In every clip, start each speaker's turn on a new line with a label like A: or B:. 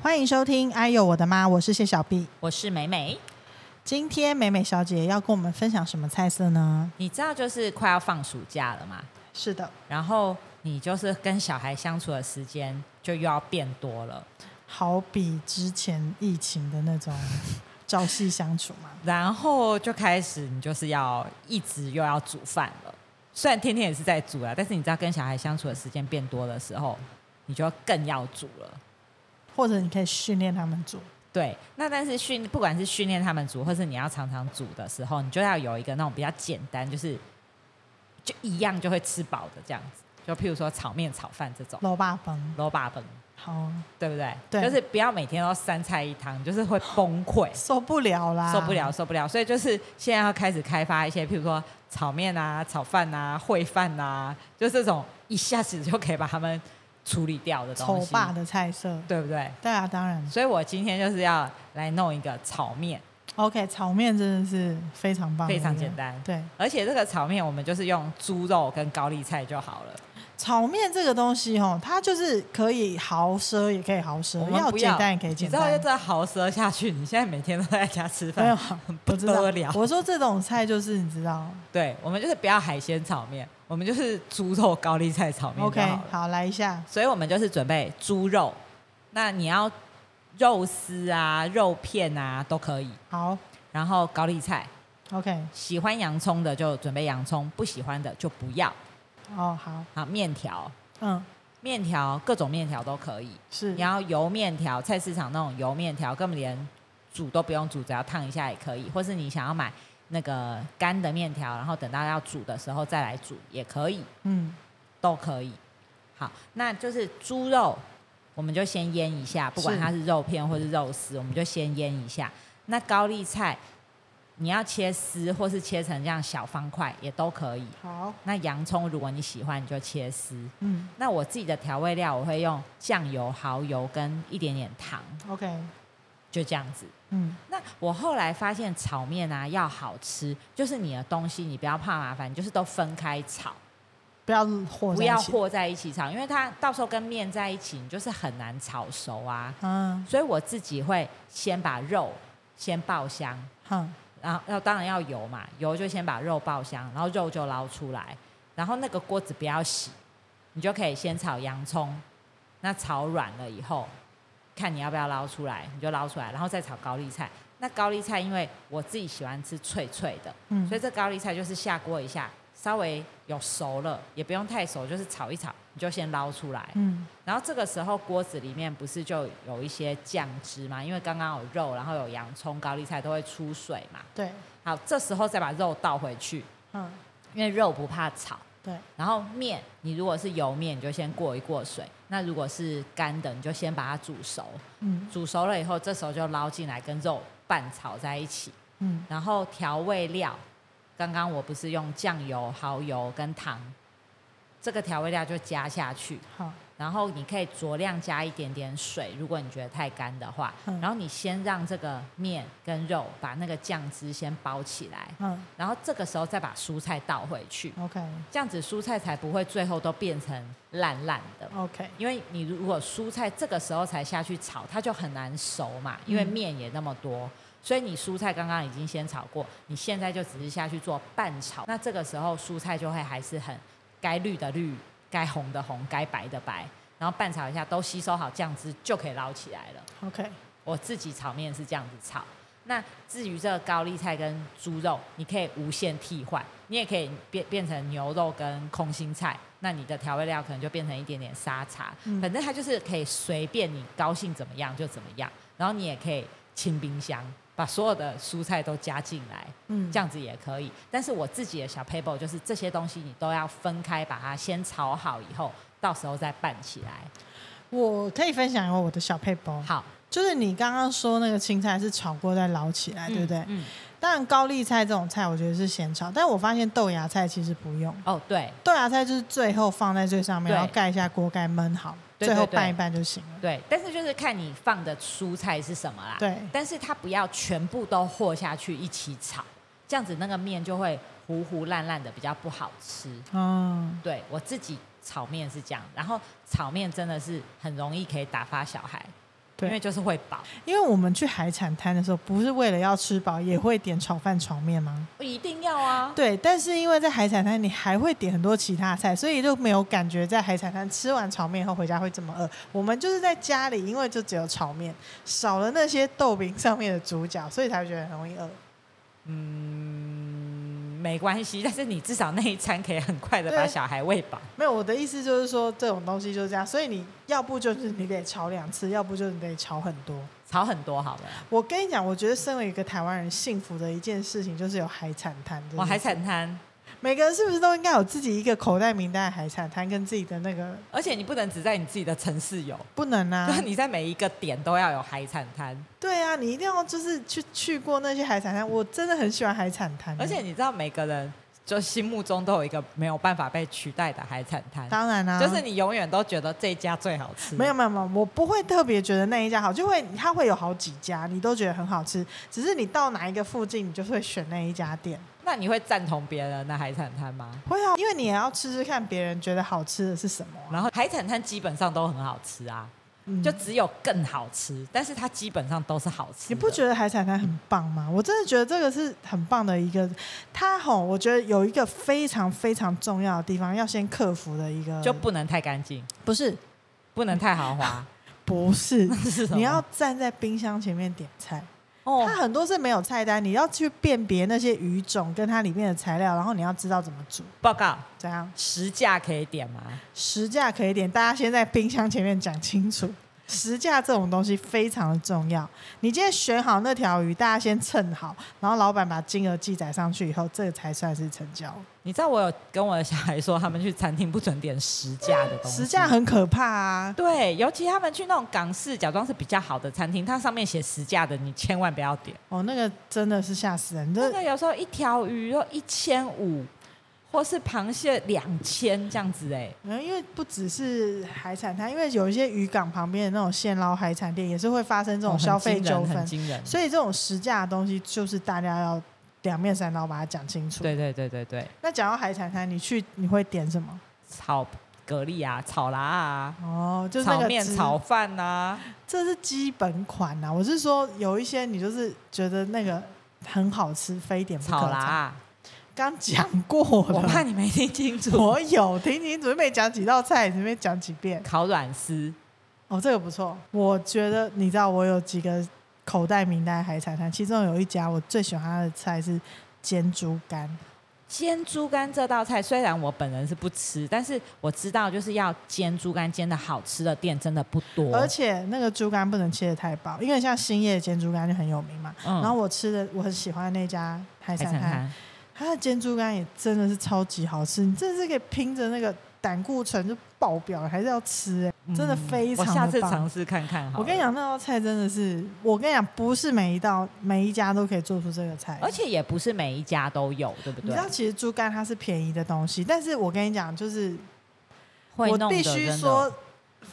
A: 欢迎收听《哎呦我的妈》，我是谢小 B。
B: 我是美美。
A: 今天美美小姐要跟我们分享什么菜色呢？
B: 你知道就是快要放暑假了嘛，
A: 是的，
B: 然后你就是跟小孩相处的时间就又要变多了，
A: 好比之前疫情的那种 朝夕相处嘛。
B: 然后就开始你就是要一直又要煮饭了。虽然天天也是在煮啦，但是你知道跟小孩相处的时间变多的时候，你就更要煮了。
A: 或者你可以训练他们做，
B: 对，那但是训不管是训练他们煮，或是你要常常煮的时候，你就要有一个那种比较简单，就是就一样就会吃饱的这样子。就譬如说炒面、炒饭这种，
A: 楼霸崩。
B: 萝卜崩，
A: 好，
B: 对不对？
A: 对
B: 就是不要每天都三菜一汤，就是会崩溃，
A: 受不了啦，
B: 受不了，。受不了。所以就是现在要开始开发一些，譬如说炒面啊、炒饭啊、烩饭啊，就这种一下子就可以把它们处理掉的东
A: 丑
B: 西，
A: 霸的菜色，
B: 对不对？
A: 对啊，当然。
B: 所以我今天就是要来弄一个炒面，
A: OK，炒面真的是非常棒，
B: 非常
A: 我觉得
B: 简单
A: 对，
B: 而且这个炒面我们就是用猪肉跟高丽菜就好了，
A: 炒面这个东西哦，它就是可以豪奢，也可以豪奢
B: 我，们
A: 要
B: 不
A: 简
B: 要
A: 单也可以简
B: 你知道，就
A: 单。
B: 这豪奢下去，你现在每天都在家吃
A: 没有
B: 饭，， 不
A: 我知道
B: 得了。
A: 我说这种菜就是你知 道
B: 对，我们就是不要海鲜炒面，我们就是猪肉高丽菜炒面就
A: ，OK，
B: 好了。
A: 好来一下，
B: 所以我们就是准备猪肉，那你要肉丝啊、肉片啊都可以。
A: 好
B: 然后高丽菜，
A: ，OK，
B: 喜欢洋葱的就准备洋葱，不喜欢的就不要。
A: 哦，好，
B: 好，面条，
A: 嗯，
B: 面条各种面条都可以。
A: 是
B: 你要油面条，菜市场那种油面条，根本连煮都不用煮，只要烫一下也可以。或是你想要买那个干的面条，然后等到要煮的时候再来煮也可以。
A: 嗯，
B: 都可以。好，那就是猪肉，我们就先腌一下，不管它是肉片或是肉丝，我们就先腌一下。那高丽菜，你要切丝或是切成这样小方块也都可以。
A: 好，
B: 那洋葱，如果你喜欢，你就切丝。
A: 嗯
B: 那我自己的调味料，我会用酱油、蚝油跟一点点糖，
A: ，OK，
B: 就这样子。
A: 嗯，
B: 那我后来发现炒面啊要好吃，就是你的东西你不要怕麻烦，你就是都分开炒。
A: 不要火，
B: 不要，和在一起炒，因为它到时候跟面在一起，你就是很难炒熟啊。
A: 嗯
B: 所以我自己会先把肉先爆香，
A: 哼，
B: 然后要当然要油嘛，油就先把肉爆香，然后肉就捞出来，然后那个锅子不要洗，你就可以先炒洋葱，那炒软了以后，看你要不要捞出来，你就捞出来，然后再炒高丽菜。那高丽菜因为我自己喜欢吃脆脆的，
A: 嗯
B: 所以这高丽菜就是下锅一下，稍微有熟了，也不用太熟，就是炒一炒，你就先捞出来。
A: 嗯，
B: 然后这个时候锅子里面不是就有一些酱汁嘛？因为刚刚有肉，然后有洋葱、高丽菜都会出水嘛。
A: 对，
B: 好，这时候再把肉倒回去，
A: 嗯，
B: 因为肉不怕炒。
A: 对，
B: 然后面，你如果是油面，你就先过一过水；那如果是干的，你就先把它煮熟。
A: 嗯
B: 煮熟了以后，这时候就捞进来跟肉拌炒在一起。
A: 嗯，
B: 然后调味料，刚刚我不是用酱油、蚝油跟糖，这个调味料就加下去。
A: 好，
B: 然后你可以酌量加一点点水，如果你觉得太干的话。
A: 嗯
B: 然后你先让这个面跟肉把那个酱汁先包起来，
A: 嗯
B: 然后这个时候再把蔬菜倒回去，
A: ，OK
B: 这样子蔬菜才不会最后都变成烂烂的。
A: OK，
B: 因为你如果蔬菜这个时候才下去炒，它就很难熟嘛，因为
A: 嗯
B: 面也那么多，所以你蔬菜刚刚已经先炒过，你现在就只是下去做半炒，那这个时候蔬菜就会还是很该绿的绿，该红的红，该白的白，然后拌炒一下都吸收好酱汁就可以捞起来了。
A: OK，
B: 我自己炒面是这样子炒。那至于这个高丽菜跟猪肉，你可以无限替换，你也可以变变成牛肉跟空心菜，那你的调味料可能就变成一点点沙茶，
A: 嗯
B: 反正它就是可以随便你高兴怎么样就怎么样，然后你也可以清冰箱，把所有的蔬菜都加进来，
A: 嗯，
B: 这样子也可以。但是我自己的小 paper 就是这些东西你都要分开，把它先炒好以后，到时候再拌起来。
A: 我可以分享一个我的小配包，
B: 好，
A: 就是你刚刚说那个青菜是炒过再捞起来，对不对？
B: 嗯，
A: 当然高丽菜这种菜我觉得是先炒，但我发现豆芽菜其实不用。
B: 哦对。
A: 豆芽菜啊就是最后放在最上面，
B: 对
A: 然后盖一下锅盖焖好，
B: 对
A: 最后
B: 对对
A: 拌一拌就行了。
B: 对，但是就是看你放的蔬菜是什么啦。
A: 对
B: 但是它不要全部都和下去一起炒，这样子那个面就会糊糊烂烂的，比较不好吃。
A: 嗯，
B: 对我自己炒面是这样，然后炒面真的是很容易可以打发小孩，因
A: 对
B: 为就是会饱，
A: 因为我们去海产摊的时候，不是为了要吃饱，也会点炒饭、炒面吗？
B: 一定要啊。
A: 对，但是因为在海产摊，你还会点很多其他菜，所以就没有感觉在海产摊吃完炒面以后回家会这么饿。我们就是在家里，因为就只有炒面，少了那些豆饼上面的主角，所以才会觉得很容易饿。
B: 嗯没关系，但是你至少那一餐可以很快的把
A: 对
B: 小孩喂饱。
A: 没有，我的意思就是说，这种东西就是这样，所以你要不就是你得炒两次，要不就是你得炒很多。
B: 炒很多好了，
A: 我跟你讲，我觉得身为一个台湾人，幸福的一件事情就是有海产摊。
B: 我海产摊，
A: 每个人是不是都应该有自己一个口袋名单的海产摊跟自己的那个？
B: 而且你不能只在你自己的城市有，
A: 不能啊
B: 就， 是你在每一个点都要有海产摊。
A: 对啊，你一定要就是去去过那些海产摊。我真的很喜欢海产摊，
B: 而且你知道，每个人就心目中都有一个没有办法被取代的海产摊，
A: 当然啊，
B: 就是你永远都觉得这家最好吃。
A: 没有，没有没有，我不会特别觉得那一家好，就会它会有好几家，你都觉得很好吃，只是你到哪一个附近，你就是会选那一家店。
B: 那你会赞同别人的海产摊吗？
A: 会啊，因为你也要吃吃看别人觉得好吃的是什么啊、
B: 然后海产摊基本上都很好吃啊，
A: 嗯
B: 就只有更好吃，但是它基本上都是好吃
A: 你
B: 的。
A: 不觉得海产摊
B: 嗯
A: 很棒吗？我真的觉得这个是很棒的一个，它吼，我觉得有一个非常非常重要的地方要先克服的一个，
B: 就不能太干净，
A: 不是
B: 不能太 豪华？
A: 不是，
B: 是 什么
A: 你要站在冰箱前面点菜，
B: 哦
A: 它，很多是没有菜单，你要去辨别那些鱼种跟它里面的材料，然后你要知道怎么煮，
B: 报告
A: 这样
B: 实价可以点吗？
A: 实价可以点，大家先在冰箱前面讲清楚。实价这种东西非常的重要，你今天选好那条鱼，大家先称好，然后老板把金额记载上去以后，这个才算是成交。
B: 你知道我有跟我的小孩说，他们去餐厅不准点实价的东西。
A: 实价很可怕啊！
B: 对，尤其他们去那种港式假装是比较好的餐厅，它上面写实价的，你千万不要点。
A: 哦，那个真的是吓死人，
B: 那
A: 这
B: 个有时候一条鱼都一千五，或是螃蟹两千这样子哎、
A: 嗯因为不只是海产摊，因为有一些渔港旁边的那种现捞海产店也是会发生这
B: 这
A: 种消费纠
B: 哦很
A: 纷，
B: 惊人。
A: 所以这种实价的东西就是大家要两面三刀把它讲清楚。
B: 对对对对对，
A: 那讲到海产摊，你去你会点什么？
B: 炒蛤蜊啊，炒啦啊，
A: 哦，就是那
B: 炒
A: 个
B: 面、
A: 汁
B: 炒饭啊，
A: 这是基本款啊呐、我是说，有一些你就是觉得那个很好吃，非点不可
B: 炒啦
A: 长。
B: 啊。
A: 刚讲过了，
B: 我怕你没听清楚。
A: 我有听你准备讲几道菜，准备讲几遍。
B: 烤软丝，
A: 哦，这个不错，我觉得你知道我有几个口袋名单的海产摊，其中有一家我最喜欢它的菜是煎猪肝，
B: 煎猪肝这道菜虽然我本人是不吃，但是我知道就是要煎猪肝煎的好吃的店真的不多。
A: 而且那个猪肝不能切的太薄，因为像兴业的煎猪肝就很有名嘛。
B: 嗯，
A: 然后我吃的我很喜欢那家海
B: 海
A: 产
B: 产
A: 摊，
B: 摊，
A: 它的煎猪肝也真的是超级好吃，你真的是可以拼着那个胆固醇就爆表，还是要吃、欸，
B: 嗯
A: 真的非常
B: 我
A: 的
B: 下次
A: 棒
B: 尝试看看好。
A: 我跟你，讲，那道菜真的是，我跟你讲，不是每一道每一家都可以做出这个菜，
B: 而且也不是每一家都有，对不
A: 你
B: 对
A: 知？道，其实猪肝它是便宜的东西，但是我跟你讲，就是
B: 会
A: 我
B: 弄
A: 必
B: 得
A: 须
B: 真的
A: 说，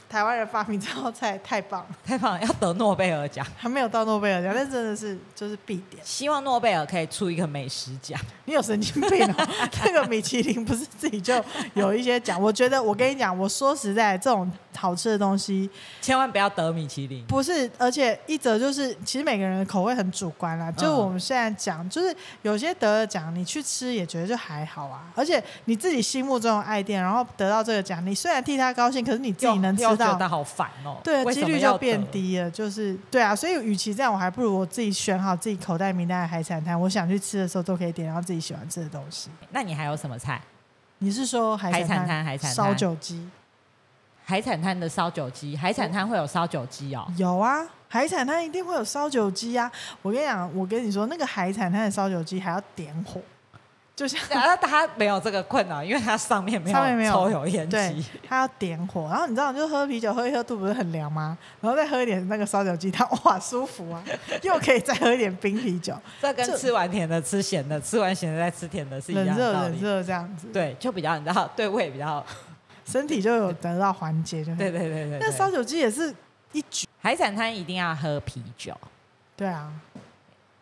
A: 台湾人发明这道菜太棒了，
B: 太棒了，要得诺贝尔奖。
A: 还没有到诺贝尔奖，但真的是就是必点。
B: 希望诺贝尔可以出一个美食奖。
A: 你有神经病 哦！那个米其林不是自己就有一些奖？我觉得，我跟你讲，我说实在，这种好吃的东西
B: 千万不要得米其林。
A: 不是，而且一则就是，其实每个人的口味很主观啦。就
B: 嗯
A: 我们现在讲，就是有些得了奖，你去吃也觉得就还好啊。而且你自己心目中的爱店，然后得到这个奖，你虽然替他高兴，可是你自己能吃
B: 又又觉
A: 到，
B: 得好烦哦。
A: 对，啊
B: 为什
A: 几
B: 么
A: 率
B: 要
A: 就变
B: 得。
A: 低了。就是对啊，所以与其这样，我还不如我自己选好自己口袋名单的海产摊，我想去吃的时候都可以点到自己喜欢吃的东西。
B: 那你还有什么菜？
A: 你是说海
B: 海产
A: 产
B: 摊，海产摊，
A: 烧酒鸡
B: 海产摊的烧酒鸡，海产摊会有烧酒鸡哦。
A: 有啊，海产摊一定会有烧酒鸡啊！我跟你讲，我跟你说，那个海产摊的烧酒鸡还要点火，就 像
B: 然后啊他没有这个困扰，因为它上面没有
A: 上面没有
B: 抽油烟
A: 对
B: 机，，
A: 它要点火。然后你知道，你就喝啤酒喝一喝，肚不是很凉吗？然后再喝一点那个烧酒鸡汤，哇，舒服 啊！又可以再喝一点冰啤酒，
B: 这跟
A: 这
B: 吃完甜的吃咸的，吃完咸的再吃甜的是一
A: 冷
B: 样
A: 热
B: 的道
A: 冷
B: 理。
A: 热这样子，
B: 对，就比较你知道，对胃 比较，
A: 身体就有得到缓解，就
B: 对对对对
A: 那
B: 对。
A: 烧酒鸡也是一举，
B: 海产摊一定要喝啤酒，
A: 对啊，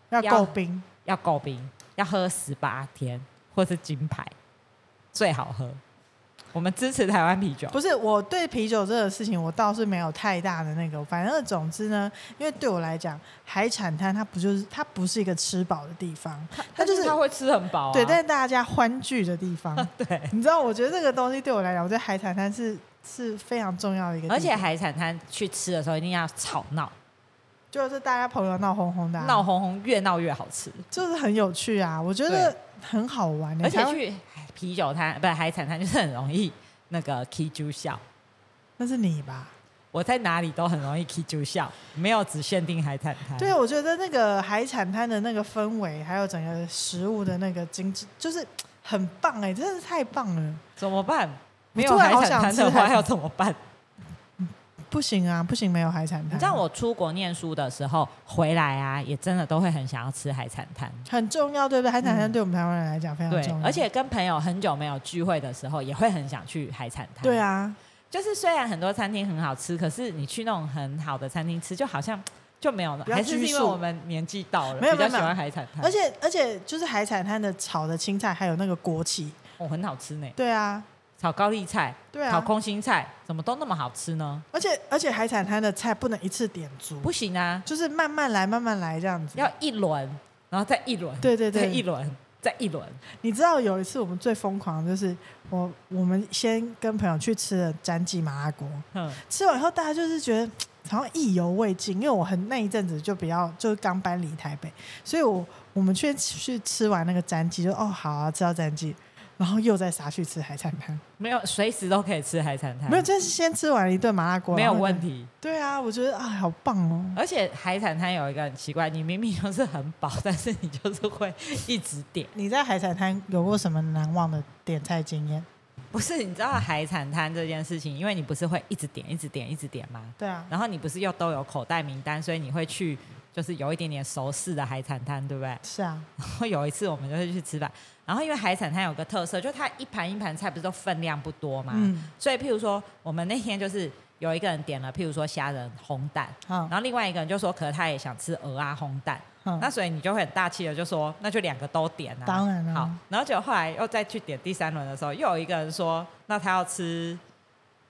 A: 要
B: 要
A: 够冰。
B: 要够冰，要喝十八天或是金牌，最好喝。我们支持台湾啤酒。
A: 不是我对啤酒这个事情，我倒是没有太大的那个。反正总之呢，因为对我来讲，海产摊它不就是它不是一个吃饱的地方，它
B: 但
A: 就是是
B: 他会吃很饱、啊，
A: 对，但是大家欢聚的地方。
B: 对。
A: 你知道，我觉得这个东西对我来讲，我觉得海产摊是是非常重要的一个地方，
B: 而且海产摊去吃的时候一定要吵闹，
A: 就是大家朋友闹哄哄的、啊，
B: 闹哄哄，越闹越好吃。
A: 就是很有趣啊，我觉得很好玩、欸。
B: 而且
A: 台湾
B: 去哎啤酒摊不是海产摊，就是很容易那个 K 猪笑。
A: 那是你吧？
B: 我在哪里都很容易 K 猪笑，没有只限定海产摊。
A: 对，我啊觉得那个海产摊的那个氛围，还有整个食物的那个精致，就是很棒哎、真的是太棒了！
B: 怎么办？没有
A: 突然
B: 海
A: 好
B: 产
A: 想
B: 摊
A: 吃
B: 的
A: 海
B: 话
A: 产
B: 要怎么办？
A: 不行啊，不行，没有海产
B: 你
A: 摊，
B: 知道我出国念书的时候回来啊，也真的都会很想要吃海产摊。
A: 很重要，对不对？海产摊
B: 嗯
A: 对我们台湾人来讲非常
B: 对
A: 重要，，
B: 而且跟朋友很久没有聚会的时候，也会很想去海产摊。
A: 对啊，
B: 就是虽然很多餐厅很好吃，可是你去那种很好的餐厅吃，就好像就没有了。
A: 比较
B: 还是
A: 拘
B: 因为
A: 束
B: 我们年纪到了，
A: 没有
B: 比较
A: 没有
B: 喜欢海产摊，
A: 而且而且就是海产摊的炒的青菜，还有那个国旗，
B: 我、哦很好吃呢，
A: 对啊，
B: 炒高丽菜、
A: 对
B: 炒
A: 啊，
B: 空心菜，怎么都那么好吃呢？
A: 而且而且海产摊的菜不能一次点足，
B: 不行啊，
A: 就是慢慢来，慢慢来这样子。
B: 要一轮，然后再一轮，
A: 对对
B: 再
A: 对，
B: 一轮，再一轮。
A: 你知道有一次我们最疯狂的就是我我们先跟朋友去吃了詹记麻辣锅，
B: 嗯，
A: 吃完以后大家就是觉得好像意犹未尽，因为我很那一阵子就比较就是刚搬离台北，所以我我们去去吃完那个詹记就哦好啊吃到詹记，然后又再杀去吃海产摊，
B: 没有，随时都可以吃海产摊，
A: 没有，就是先吃完了一顿麻辣锅，
B: 嗯没有
A: 然后就
B: 问。题。
A: 对啊，我觉得啊好棒哦，
B: 而且海产摊有一个很奇怪，你明明就是很饱，但是你就是会一直点。
A: 你在海产摊有过什么难忘的点菜经验？
B: 不是，你知道海产摊这件事情，因为你不是会一直点、一直点、一直点吗？
A: 对啊，
B: 然后你不是又都有口袋名单，所以你会去就是有一点点熟识的海产摊，对不对？
A: 是啊，
B: 然后有一次我们就是去吃饭，然后因为海产摊有个特色，就它一盘一盘菜不是都分量不多嘛，
A: 嗯，
B: 所以譬如说我们那天就是有一个人点了，譬如说虾仁烘蛋，
A: 好
B: 然，后另外一个人就说，可是他也想吃鹅啊烘蛋，
A: 嗯
B: 那所以你就会很大气的就说，那就两个都点啊。
A: 当然啊
B: 好，然后结果后来又再去点第三轮的时候，又有一个人说，那他要吃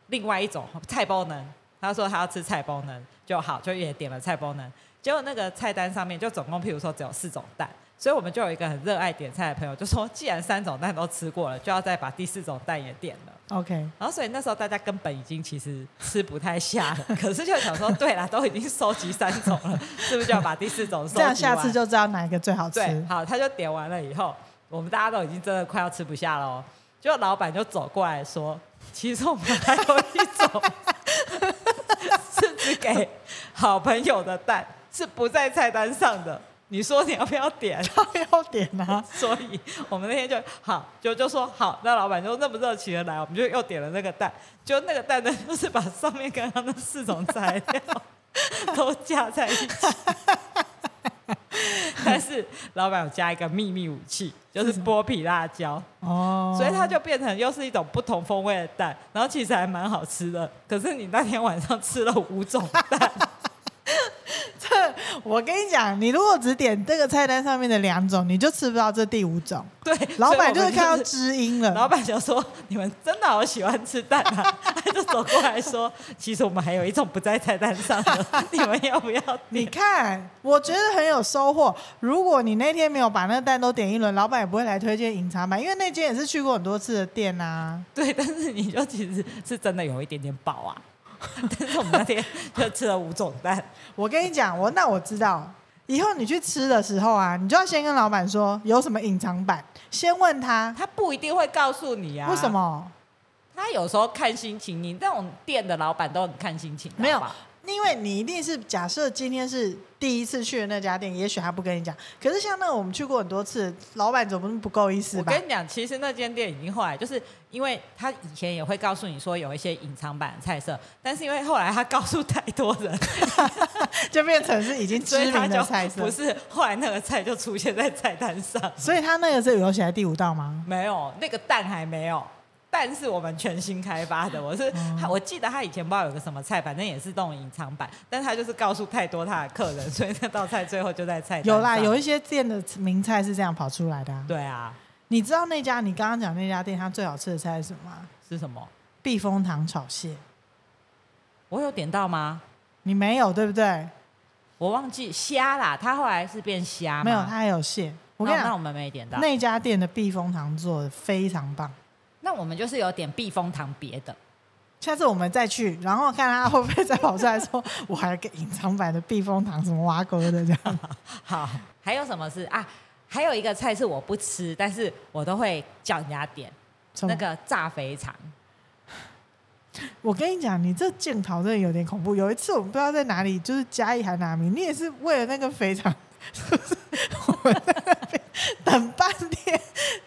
B: 另外一种菜包能，他说他要吃菜包能就好，就也点了菜包能。结果那个菜单上面就总共譬如说只有四种蛋，所以我们就有一个很热爱点菜的朋友就说，既然三种蛋都吃过了，就要再把第四种蛋也点了。
A: OK，
B: 然后所以那时候大家根本已经其实吃不太下了，可是就想说，对啦，都已经收集三种了，是不是就要把第四种收集
A: 这
B: 完？
A: 样下次就知道哪一个最好吃。
B: 对，好，他就点完了以后，我们大家都已经真的快要吃不下了哦，就老板就走过来说，其实我们还有一 种是只给好朋友的蛋，是不在菜单上的，你说你要不要点？
A: 要点 啊，
B: 所以我们那天就好，就就说好，那老板就那么热情的来，我们就又点了那个蛋，就那个蛋呢，就是把上面刚刚那四种材料 都架在一起。但是老板有加一个秘密武器，就是剥皮辣椒，
A: 哦，
B: 所以它就变成又是一种不同风味的蛋，然后其实还蛮好吃的。可是你那天晚上吃了 五种蛋，
A: 我跟你讲，你如果只点这个菜单上面的两种，你就吃不到这第五种。
B: 对，
A: 老板就
B: 所
A: 是
B: 以我们
A: 看到知音了，
B: 老板就说：“你们真的好喜欢吃蛋啊！” 他就走过来说：“其实我们还有一种不在菜单上的， 你们要不要
A: 你
B: 点
A: 看，我觉得很有收获。如果你那天没有把那个蛋都点一轮，老板也不会来推荐隐藏版，因为那间也是去过很多次的店啊。？”
B: 对，但是你就其实是真的有一点点饱 啊。但是我们那天就吃了五种蛋，
A: 我跟你讲，我那我知道，以后你去吃的时候啊，你就要先跟老板说有什么隐藏版，先问他
B: 他不一定会告诉你啊。
A: 为什？么。
B: 他有时候看心情，你这种店的老板都很看心情的。
A: 没有
B: 好不好
A: 因为你一定是假设今天是第一次去的那家店，也许他不跟你讲。可是像那个我们去过很多次，老板总不能不够意思
B: 我
A: 吧？
B: 跟你讲，其实那间店已经后来就是因为他以前也会告诉你说有一些隐藏版的菜色，但是因为后来他告诉太多人，
A: 就变成是已经知
B: 所以他
A: 名
B: 就
A: 的菜色
B: 不。是，后来那个菜就出现在菜单 上，
A: 所以他那个是有写在第五道吗？
B: 没有那个蛋还没有。蛋是我们全新开发的，我是、
A: 哦
B: 他我记得他以前不知道有个什么菜，反正也是那种隐藏版，但他就是告诉太多他的客人，所以那道菜最后就在菜单上
A: 有啦，有一些店的名菜是这样跑出来的、啊。
B: 对啊，
A: 你知道那家你刚刚讲那家店，它最好吃的菜是什么吗？
B: 是是什么？
A: 避风塘炒蟹，
B: 我有点到吗？
A: 你没有对不对？
B: 我忘记虾啦，它后来是变虾吗
A: 没有，它还有蟹。我跟你
B: 那那我
A: 讲，
B: 们没点到。那
A: 那家店的避风塘做的非常棒。
B: 那我们就是有点避风塘别的，
A: 下次我们再去，然后看他会不会再跑出来说，我还有个隐藏版的避风塘，什么挖沟的这样。
B: 好，还有什么是啊？还有一个菜是我不吃，但是我都会叫人家点
A: 什么
B: 那，个炸肥肠。
A: 我跟你讲，你这镜头真的有点恐怖。有一次我们不知道在哪里，就是嘉义还哪里，你也是为了那个肥肠，是不是？我们在那边等半天，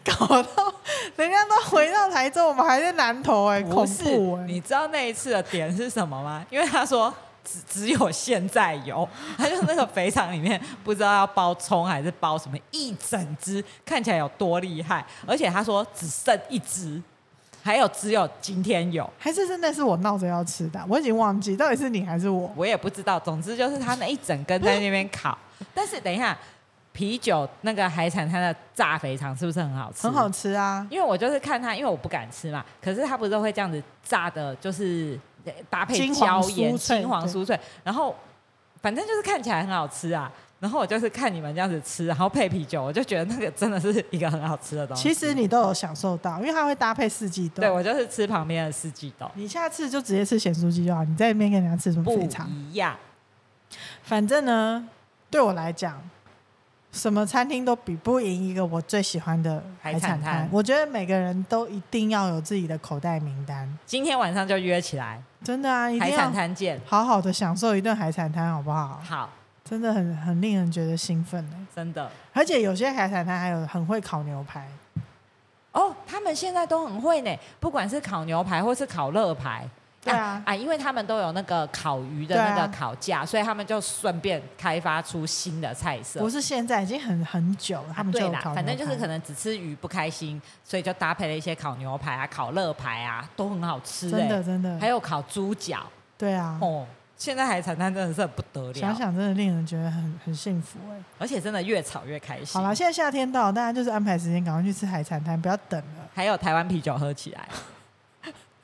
A: 搞到人家都回到台中，我们还在南投哎、
B: 不
A: 恐
B: 是
A: 怖哎、
B: 你知道那一次的点是什么吗？因为他说只只有现在有， 他就那个肥肠里面不知道要包葱还是包什么，一整只看起来有多厉害，而且他说只剩一只，还有只有今天有，
A: 还是真的是我闹着要吃的啊，我已经忘记到底是你还是我。
B: 我也不知道。总之就是他那一整根在那边烤，但是等一下。啤酒那个海产摊的炸肥肠是不是很好吃？
A: 很好吃啊，
B: 因为我就是看它，因为我不敢吃嘛，可是它不是都会这样子炸的，就是呃搭配
A: 金黄
B: 椒盐、
A: 酥脆
B: 金黄酥脆，然后反正就是看起来很好吃啊。然后我就是看你们这样子吃，然后配啤酒，我就觉得那个真的是一个很好吃的东西。
A: 其实你都有享受到，因为它会搭配四季豆。
B: 对我就是吃旁边的四季豆，
A: 你下次就直接吃咸酥鸡就好，你在那边跟人家吃什么
B: 不
A: 肥肠？
B: 一样。
A: 反正呢，对我来讲，什么餐厅都比不赢一个我最喜欢的海产
B: 海产摊
A: 摊。我觉得每个人都一定要有自己的口袋名单，
B: 今天晚上就约起来，
A: 真的啊，一定
B: 海
A: 要
B: 产摊见。
A: 好好的享受一顿海产摊，好不好？
B: 好，
A: 真的很很令人觉得兴奋欸
B: 真的
A: 而且有些海产摊还有很会烤牛排，
B: 哦，他们现在都很会呢，不管是烤牛排或是烤乐排，
A: 对啊
B: 啊，因为他们都有那个烤鱼的
A: 对
B: 那
A: 啊
B: 个烤架，所以他们就顺便开发出新的菜色。啊
A: 不是现在已经很很久了，他们就
B: 对
A: 有
B: 啦
A: 烤牛排、，
B: 反正就是可能只吃鱼不开心，所以就搭配了一些烤牛排啊、烤乐排啊，都很好吃、欸。
A: 真的，真的
B: 还，有烤猪脚
A: 对啊，
B: 哦。现在海产摊真的是很不得了，
A: 想想真的令人觉得很很幸福哎、
B: 而且真的越炒越开心。
A: 好啦，现在夏天到了，大家就是安排时间赶快去吃海产摊，不要等了。
B: 还有台湾啤酒喝起 来，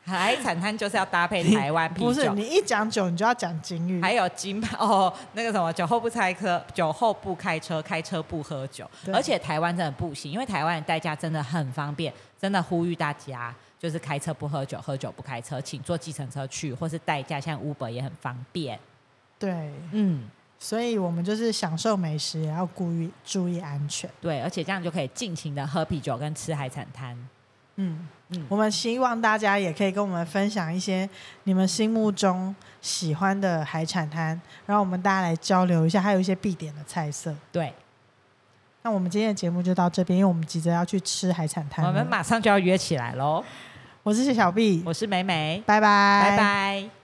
B: 海产摊就是要搭配台湾啤
A: 不是
B: 酒，
A: 你一讲哎酒，你就要讲金玉。
B: 还有金牌哦，那个什么酒后不开车，酒后不开车，开车不喝酒。
A: 对
B: 而且台湾真的不行，因为台湾的代驾真的很方便，真的呼吁大家就是开车不喝酒，喝酒不开车，请坐计程车去，或是代驾，像 Uber 也很方便。
A: 对，
B: 嗯，
A: 所以我们就是享受美食，也要注意注意安全。
B: 对，而且这样就可以尽情的喝啤酒跟吃海产摊。
A: 嗯
B: 嗯
A: 嗯，我们希望大家也可以跟我们分享一些你们心目中喜欢的海产摊，然后我们大家来交流一下，还有一些必点的菜色。
B: 对，
A: 那我们今天的节目就到这边，因为我们急着要去吃海产摊了。
B: 我们马上就要约起来喽。
A: 我是谢小碧，
B: 我是美美，
A: 拜拜
B: 拜拜